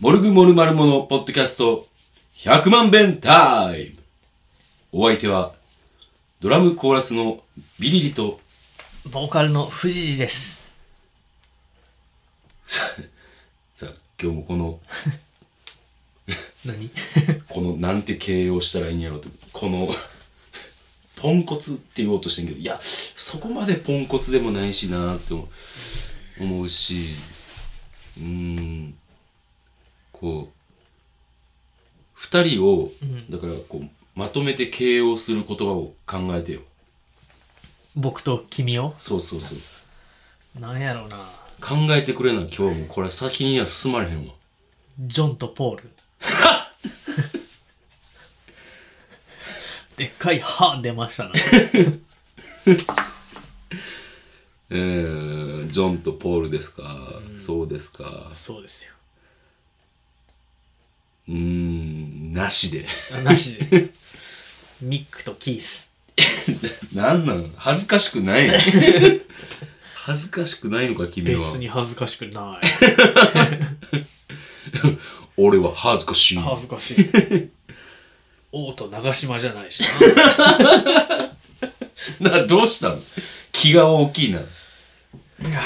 モルグモルマルモのポッドキャスト、100万弁タイムお相手は、ドラムコーラスのビリリと、ボーカルの藤次です。さ、さ、今日もこの、何この、なんて形容したらいいんやろうと、この、ポンコツって言おうとしてんけど、いや、そこまでポンコツでもないしなって思う思うし、うーん、こう、二人を、だからこう、まとめて形容する言葉を考えてよ。僕と君をそうそうそう。なんやろうな。考えてくれな、今日はもうこれ先には進まれへんわ。ジョンと ポール。でっかい歯出ましたな。えー、ジョンとポールですか、そうですか。そうですよ。うーん、なしで。 あなしで。ミックとキース。なんなん恥ずかしくない 恥ずかしくないのか君は別に恥ずかしくない。俺は恥ずかしい恥ずかしい。王と長島じゃないし などうしたの気が大きいな な。いや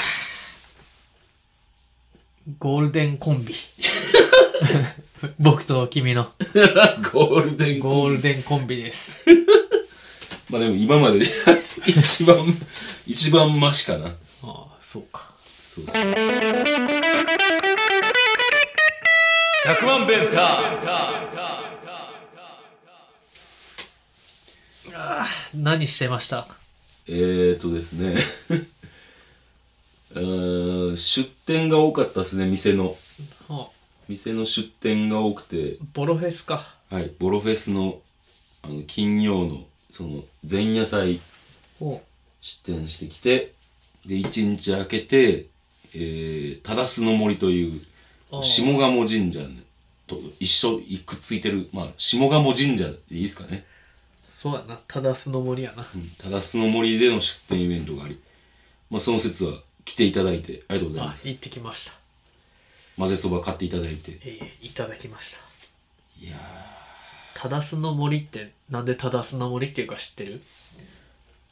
ゴールデンコ ンビ。僕と君 のゴールデンゴゴールデンコンビです。まあでも今まで で一番一番マシかなああ、そうか。そうそう100万ベンタ何してましたえーとですね うーん出店が多かったですね店のあ店の出店が多くてボロフェスか。はい、ボロフェスのあの金曜のその前夜祭お出店してきてで一日明けて、えー、忠須の森というあー下鴨神社と一緒いくっついてる、まあ、下鴨神社でいいですかね、そうやな。ただすの森やな。うん、忠須の森での出店イベントがあり、まあ、その節は来ていただいてありがとうございあま、す行ってきました。混ぜそば買っていただいてええいただきました。いやただすの森って、なんでただすの森っていうか知ってる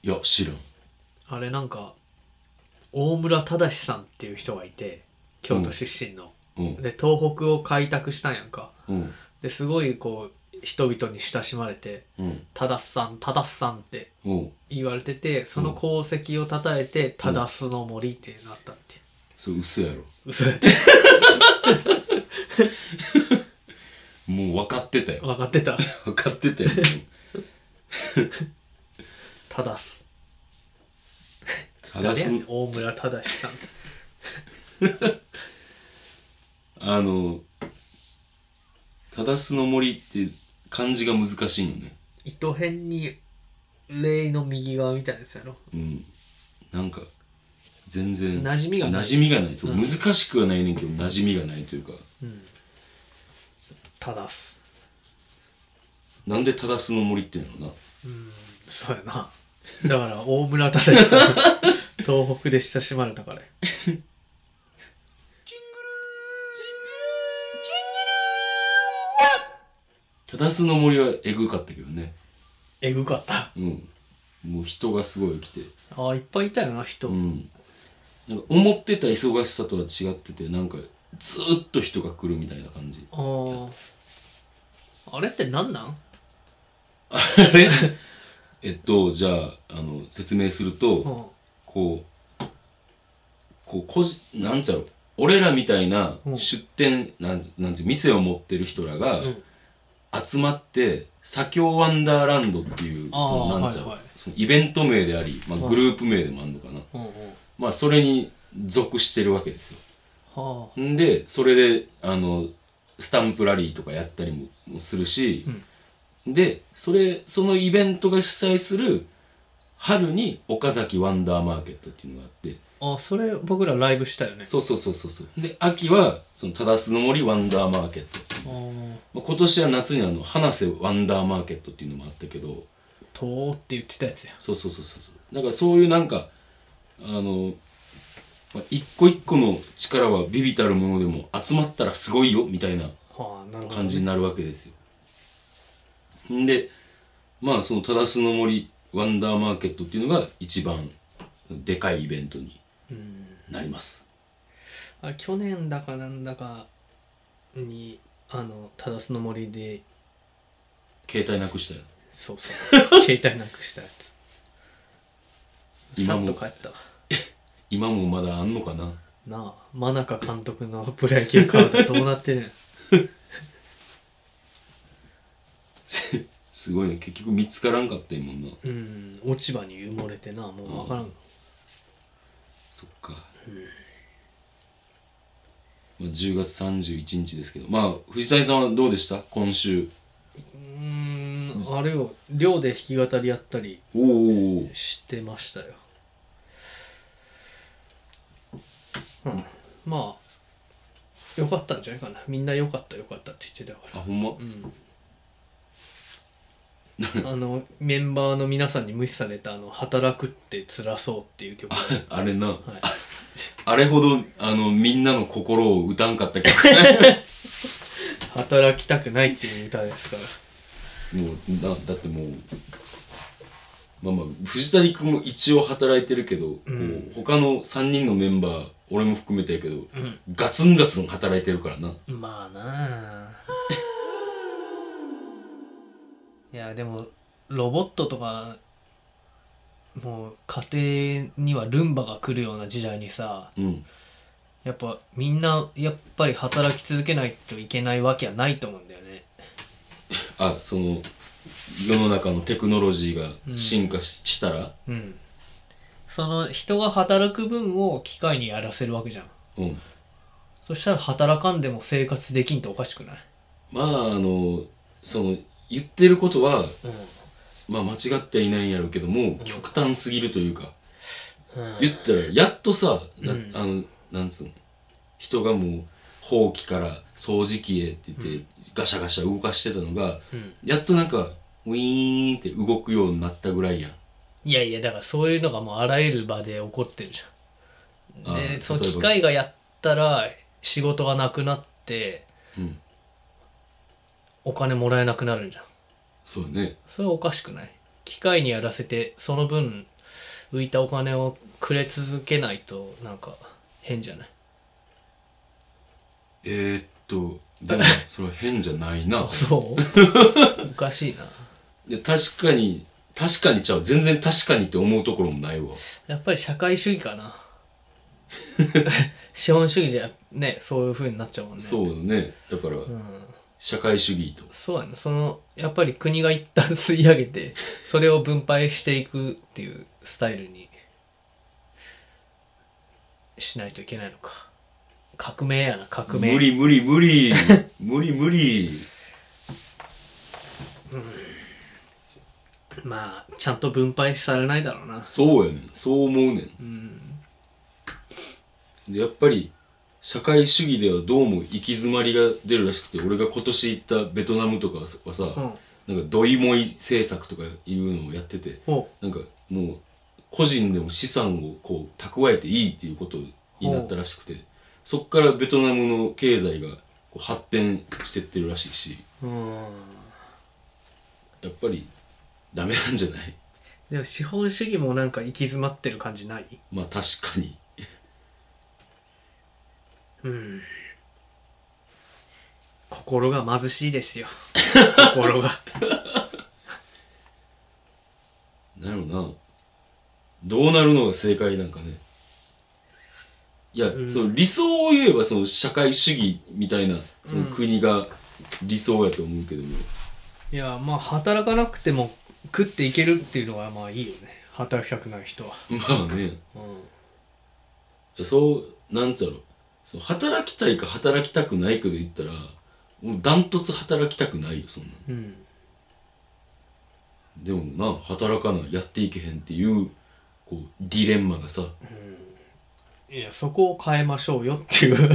ーいや知らんあれなんか、大村忠さんっていう人がいて、京都出身の。うんで、東北を開拓したんやんか。うんですごいこう、人々に親しまれて、うん忠さん、忠さんってうん言われてて、その功績を称えて、ただすの森ってなったっていう。それ嘘やろ嘘やもう分かってたよ分かっ てた。分かってたよただす。ただす誰やねん大村忠さん。あの「ただすの森」って漢字が難しいのね糸辺に、霊の右側みたいなやつやろ。うんなんか全然馴染みがない馴染みがないそううん難しくはないねんけど馴染みがないというかただす。なんで「ただすの森」っていうのかそうやな。だから、大村忠さ ん。東北で親しまれたからよ。な「ただすの森」はえぐかったけどねえぐかった。うんもう人がすごい来てああ、いっぱいいたよな、人。うんなんか思ってた忙しさとは違っててなんかずーっと人が来るみたいな感じああ。あれってなんなんあれ えっと、じゃあ、あの、説明すると、うん。こう、こう、こじ、なんちゃろう、俺らみたいなうん出店、なん、なんて、店を持ってる人らがうん集まって、左京ワンダーランドっていう、そあーの、なんちゃろう、はいはいそのイベント名であり、まあ、はいグループ名でもあるのかな。うんうん。はまあ、それに属してるわけですよ。あ。んで、それで、あの、スタンプラリーとかやったりももするし、で、それ、そのイベントが主催する、春に岡崎ワンダーマーケットっていうのがあって、ああ、それ僕らライブしたよね。そうそうそうそうそう。で、秋は、その、ただすの森ワンダーマーケットっていう。ああ。まあ、今年は夏にあの、花瀬ワンダーマーケットっていうのもあったけど、とーって言ってたやつや。そうそうそうそうそう。だからそういうなんか、あの、まあ一個一個の力は微々たるものでも集まったらすごいよみたいなはあ、なるほど、ね。感じになるわけですよ。んで、まあその、ただすの森ワンダーマーケットっていうのが一番でかいイベントにうん。なります。あれ去年だかなんだかに、あの、ただすの森で、携帯なくしたよ。そう そう、携帯なくしたやつ。今さっもと帰った。今もまだあんのかななあ、真中監督のプロ野球カードどうなってるのすごいね。結局見つからんかったもんな。 うん、落ち葉に埋もれてな、もうわからん。そっか。まあ、10月31日ですけど。まあ、藤谷さんはどうでした今週。うーん、あれよ、寮で弾き語りやったりおお。してましたよ。うん、まあ、よかったんじゃないかな。みんなよかったよかったって言ってたからあ、。ほんま うん、あのメンバーの皆さんに無視されたあの「働くって辛そう」っていう曲はあれな。い、あれほど、あの、みんなの心を歌わんかったけ 働きたくないっていう歌ですからど。もう、な、だってもう、まあまあ、藤谷君も一応働いてるけど、うんこう他の3人のメンバー、俺も含めてやけど、うんガツンガツン働いてるからな。まあなあいやでもロボットとかもう家庭にはルンバが来るような時代にさうん。やっぱみんなやっぱり働き続けないといけないわけはないと思うんだよねあ、その、世の中のテクノロジーが進化し,、したら、うんその人が働く分を機械にやらせるわけじゃんうん。そしたら働かんでも生活できんとおかしくないまあ、あの、その、言ってることは、うまあ間違ってはいないんやろうけども、極端すぎるというか、ん、うん、言ったら、やっとさ、なうんあの、なんつうの、人がもう、ほうきから掃除機へって言って、ガシャガシャ動かしてたのが、うんやっとなんか、ウィーンって動くようになったぐらいやん。いやいやだからそういうのがもうあらゆる場で起こってるじゃんあーでその例えば機械がやったら仕事がなくなってうん。お金もらえなくなるんじゃんそうね。それはおかしくない機械にやらせてその分浮いたお金をくれ続けないとなんか変 じゃないえー、っと、でも、それは変じゃないな あ。そうおかしいないや確かに、確かにちゃう。全然確かにって思うところもないわ。やっぱり社会主義 かな資本主義じゃねそういう風になっちゃうもんねそうね。だから、うん、社会主義と。そうやねそのやっぱり国が一旦吸い上げてそれを分配していくっていうスタイルにしないといけないのか革命やな革命無理無理無 理無理無理まあちゃんと分配されないだろうなそうやねんそう思うねんうんでやっぱり社会主義ではどうも行き詰まりが出るらしくて俺が今年行ったベトナムとかはさ、うんなんかドイモイ政策とかいうのをやってておなんかもう個人でも資産をこう蓄えていいっていうことになったらしくてそっからベトナムの経済がこう発展してってるらしいしうんやっぱりダメなんじゃない でも資本主義もなんか行き詰まってる感じないまあ確かにうん心が貧しい ですよ心がなるほどな。どうなるのが正解なんかね。いや、んその理想を言えばその社会主義みたいなそのうん国が理想やと思うけども、 いやまあ働かなくても食っていけるっていうのがまあいいよね働きたくない人はまあね、いうんやそう、なんつうやろその働きたいか働きたくないかで言ったら、もうダントツ働きたくないよ、そんなうんの。でもな、働かない、やっていけへんっていう、こう、ディレンマがさ、いやそこを変えましょうよっていう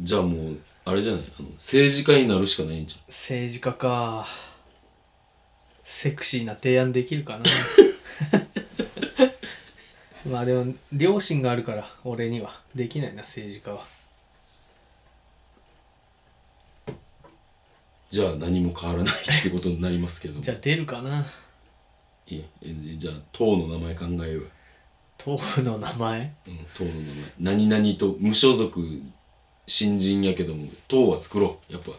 じゃあもう、あれじゃない、あの、政治家になるしかないんじゃん。政治家か セクシーな提案できるかなまあでも両親があるから俺にはできないな政治家はじゃあ何も変わらないってことになりますけど じゃあ出るかないやえじゃあ党の名前考えようよ、党の名前うん、党の名前何々と無所属新人やけども党は作ろうやっぱ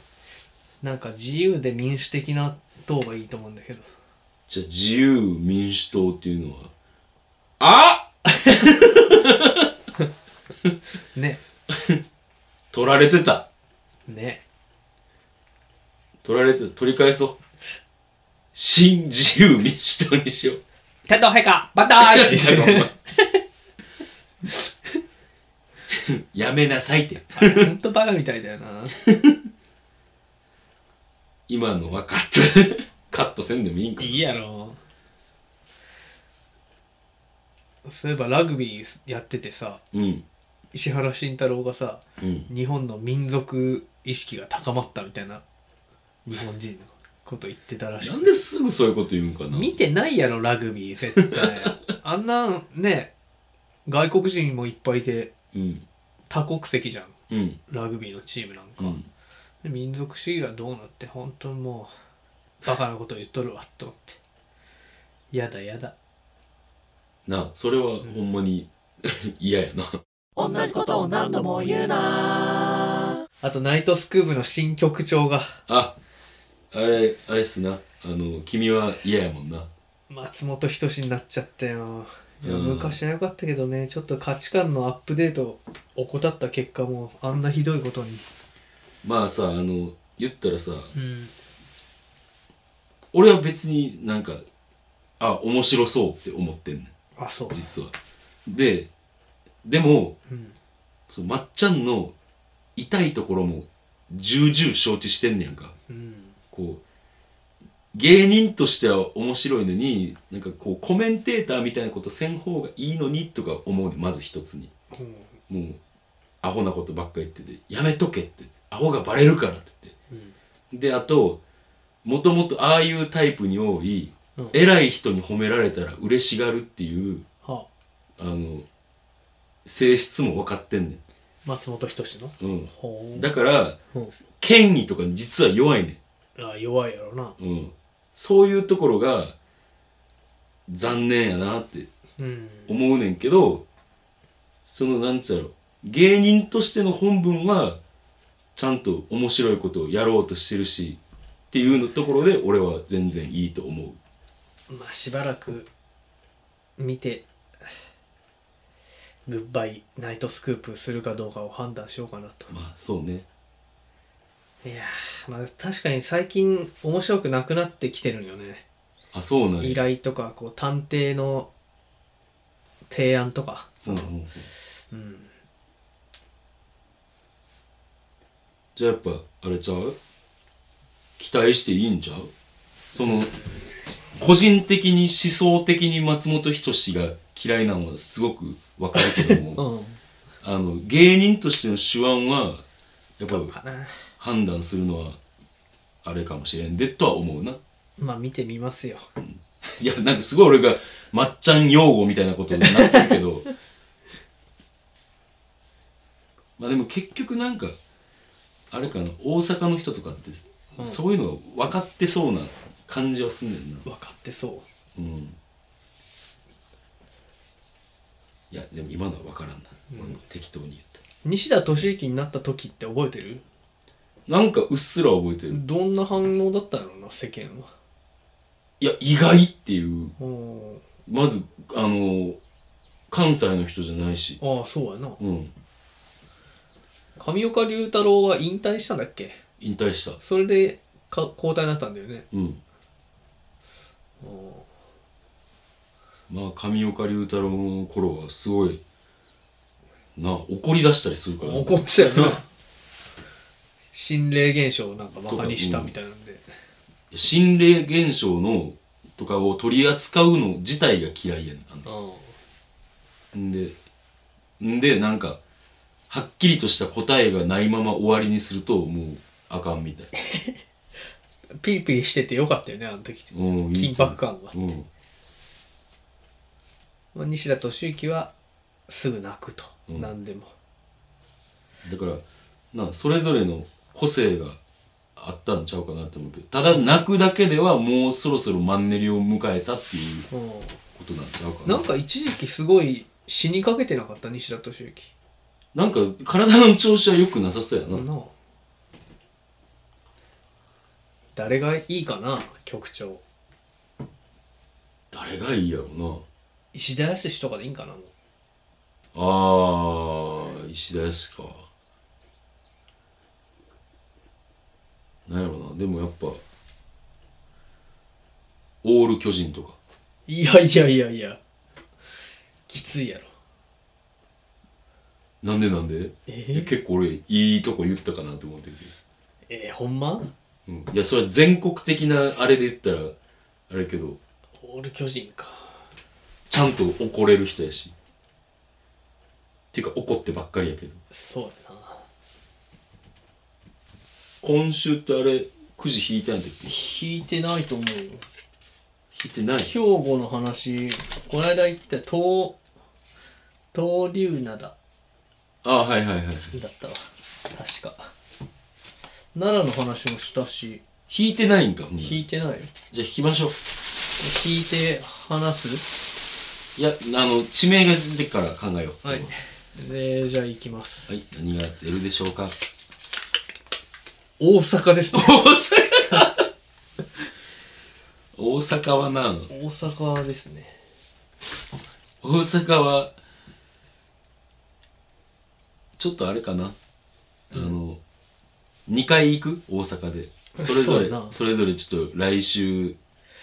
なんか自由で民主的な党がいいと思うんだけどじゃあ自由民主党っていうのはあね取られてたね取られてた取り返そう新自由民主党にし よう天皇陛下バタ ーイ やめなさいってほんとバカみたいだよな今のはカット カットせんでもいいんかいないやろそういえばラグビーやっててさうん石原慎太郎がさうん日本の民族意識が高まったみたいな日本人のこと言ってたらしなくんてですぐそういうこと言うんかな見てないやろラグビー絶対あんなんね外国人もいっぱいいてうん多国籍じゃんうんラグビーのチームなんうか、んで民族主義がどうなって本当にもうバカなこと言っとるわと思ってやだやだなあそれはほんまに 嫌やな 同じことを何度も言うなあとナイトスクープの新局長がああれあれっすなあの君は嫌やもんな松本人志になっちゃったよいやうん昔は良かったけどねちょっと価値観のアップデートを怠った結果もうあんなひどいことにまあさあの言ったらさうん俺は別になんかあ面白そうって思ってんねんあそう実はででもうんそのまっちゃんの痛いところも重々承知してんねやんかうんこう芸人としては面白いのになんかこうコメンテーターみたいなことせん方がいいのにとか思うねまず一つにもうアホなことばっか言っててやめとけってアホがバレるからって言ってうんで、あと、もともとああいうタイプに多い、うん偉い人に褒められたら嬉しがるっていう、はああの、性質も分かってんね松本人志のん。うほん。うだから、うん権威とかに実は弱いねあ弱いやろな。ん。うん。そういうところが、残念やなってうん。思うねんけど、その、なんつうやろ、芸人としての本分は、ちゃんと面白いことをやろうとしてるし、っていうのところで、俺は全然いいと思う。まあしばらく見て、グッバイナイトスクープするかどうかを判断しようかなと。まあそうねいやー、まあ確かに最近面白くなくなってきてるんよね。あそうなん依や頼とか、こう探偵の提案とか。そうなんやうん。じゃあやっぱあれちゃう期待していいんちゃうその個人的に思想的に松本人志が嫌いなのはすごくわかるけ どうもん。あの芸人としての手腕はやっどうぱかな。判断するのはあれかもしれんでとは思うなまあ見てみますよ。いやなんかすごい俺がまっちゃん用語みたいなことになってるけど まあでも結局なんかあれかな大阪の人とかって、うんそういうのが分かってそうな感じはすんねんな分かってそうんいやでも今のは分からんな、俺も適当に言っう。西田敏行になった時って覚えてるたなんかうっすら覚えてる、どんな反応だったのな、世間は。いや意外っていううん。まずあの関西の人じゃないしああそうやなうん上岡龍太郎は引退したんだっけ引退したそれでか交代になったんだよねうんうんまあ上岡龍太郎の頃はすごいな怒り出したりするから怒ってたよな心霊現象をなんかバカにしたみたいなんで、心霊現象のとかを取り扱うの自体が嫌いやねんあのうん人んでんでなんかはっきりとした答えがないまま終わりにするともうあかんみたいピリピリしててよかったよねあの時ってうんいい緊迫感がうんまあ、西田敏行はすぐ泣くと、うん何でもだからなあそれぞれの個性があったんちゃうかなって思うけどただ泣くだけではもうそろそろマンネリを迎えたっていううんことなんちゃうかななんか一時期すごい死にかけてなかった西田敏行なんか体の調子は良くなさそうやな、なあ誰がいいかな局長誰がいいやろな石田康とかでいいんかなもうああ石田康かなんやろなでもやっぱオール巨人とかいやいやいやいやきついやろなんでなんでいやえ結構俺いいとこ言ったかなと思ってるけえほんまど、うん、いやそれは全国的なあれで言ったらあれやけどオール巨人かちゃんと怒れる人やしっていうか怒ってばっかりやけどそうやな今週ってあれくじ引いたんだっけ引いてないと思うよ引いてない兵庫の話この間言った東東龍灘だああはいはいはいったわ確か奈良の話もしたし引いてないんかほんなら引いてないよじゃあ引きましょう引いて話すいや、あの、地名が出てから考えよう。はいはでじゃあ行きますい、何が出るでしょうか。大阪です ね大阪 大阪はな、大阪ですね大阪は、ちょっとあれかな。あの、2回行く大阪で。それぞれそうや、なそれぞれちょっと来週、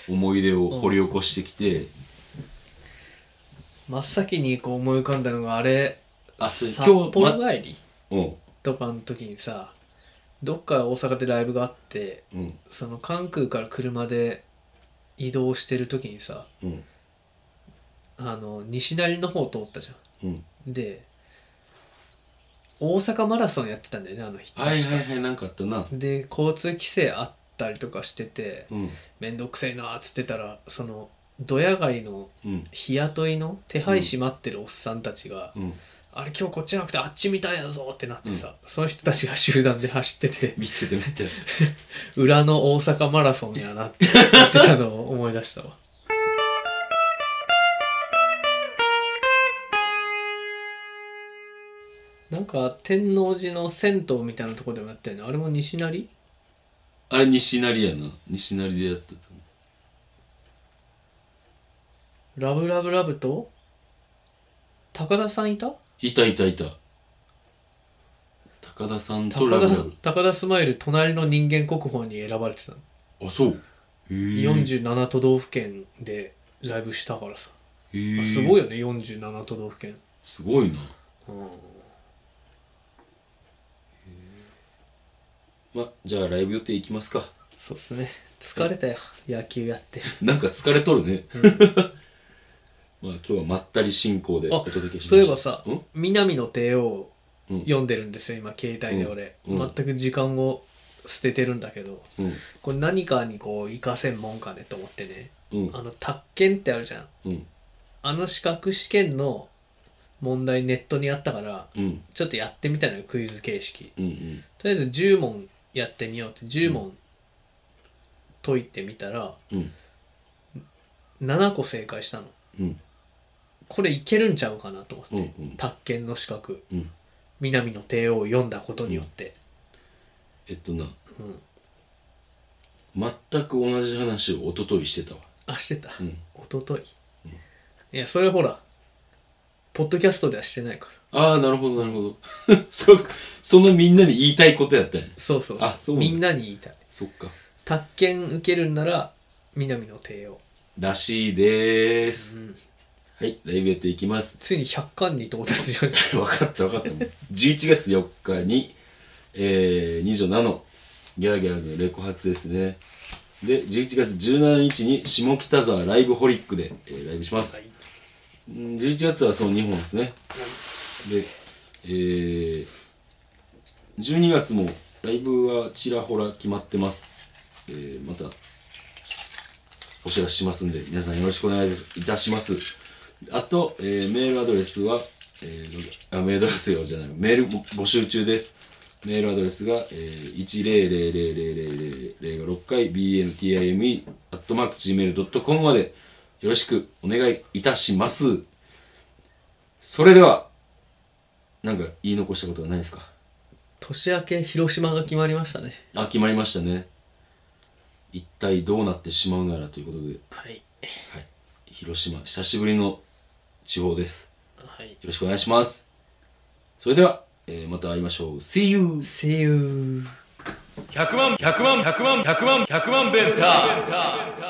思い出を掘り起こしてきて、真っ先にこう思い浮かんだのがあれあそう札今日幌帰りうん、とかの時にさどっか大阪でライブがあってうん、その関空から車で移動してる時にさうん、あの西成の方通ったじゃうん。んで大阪マラソンやってたんだよねあの日はいはい確はい、なんかあったな。かで交通規制あったりとかしててうん、めんどくせえなっつってたらそのドヤ街のうん、日雇いの手配し待ってるおっさんたちが、うん。あれ今日こっちじゃなくてあっちみたいやぞってなってさ、その人たちが集団で走ってて 見てて見てて。裏の大阪マラソンやなって言ってたのを思い出したわなんか天王寺の銭湯みたいなとこでもやったよねあれも西成あれ西成やな。西成でやってた。ラブラブラブと高田さんいたいたいたいた。高田さんと高ラ田ブラブ。高田スマイル隣の人間国宝に選ばれてたの、あ、そう。へー47都道府県でライブしたからさ、へーすごいよね47都道府県すごいな。うんま、じゃあライブ予定行きますか。そうっすね疲れたよ野球やってなんか疲れとるね。 まあ今日はまったり進行でお届けしました。そういえばさん「南の帝王」をうん読んでるんですよ今携帯で俺、うんうん全く時間を捨ててるんだけどうん。これ何かにこう活かせんもんかねと思ってねうんあ。の宅建ってあるじゃんうん。あの資格試験の問題ネットにあったからうん。ちょっとやってみたのよクイズ形式うん。うん。とりあえず10問やってみようって10問解いてみたらうん。 7個正解したのうん。これいけるんちゃうかなと思って、うんうん宅建の資格うん。南の帝王を読んだことによって、えっとな、うん全く同じ話を一昨日してたわ。あしてた、うん。一昨日、いやそれほらポッドキャストではしてないからああ、なるほど、なる ほど。そ、そのみんなに言いたいことやったんや。そうそうあそうみんなに言いたいそっか。宅建受けるんなら南の帝王、らしいでーす。うんはい、ライブやっていきます。ついに100巻に到達し まし分かった分かった。11月4日に、えー、27のギャーギャーズのレコ発ですね。で、11月17日に下北沢ライブホリックで、えーライブしまたす。うん11月はその2本ですね。で、えー、12月もライブはちらほら決まってます。えー、またお知らせしますんで、皆さんよろしくお願いいたします。あと、えーメールアドレスは、えーあメールアドレスよじゃないメールぼ募集中ですメールアドレスが、えー、1000000が6回 bntime.gmail.com までよろしくお願いいたしますそれではなんか言い残したことはないですか年明け広島が決まりましたねあ決まりましたね一体どうなってしまうならということではい広島久しぶりの地方ですはいよろしくお願いしますそれでは、えーまた会いましょう See you! 声優100万100万100万100万100万ベンター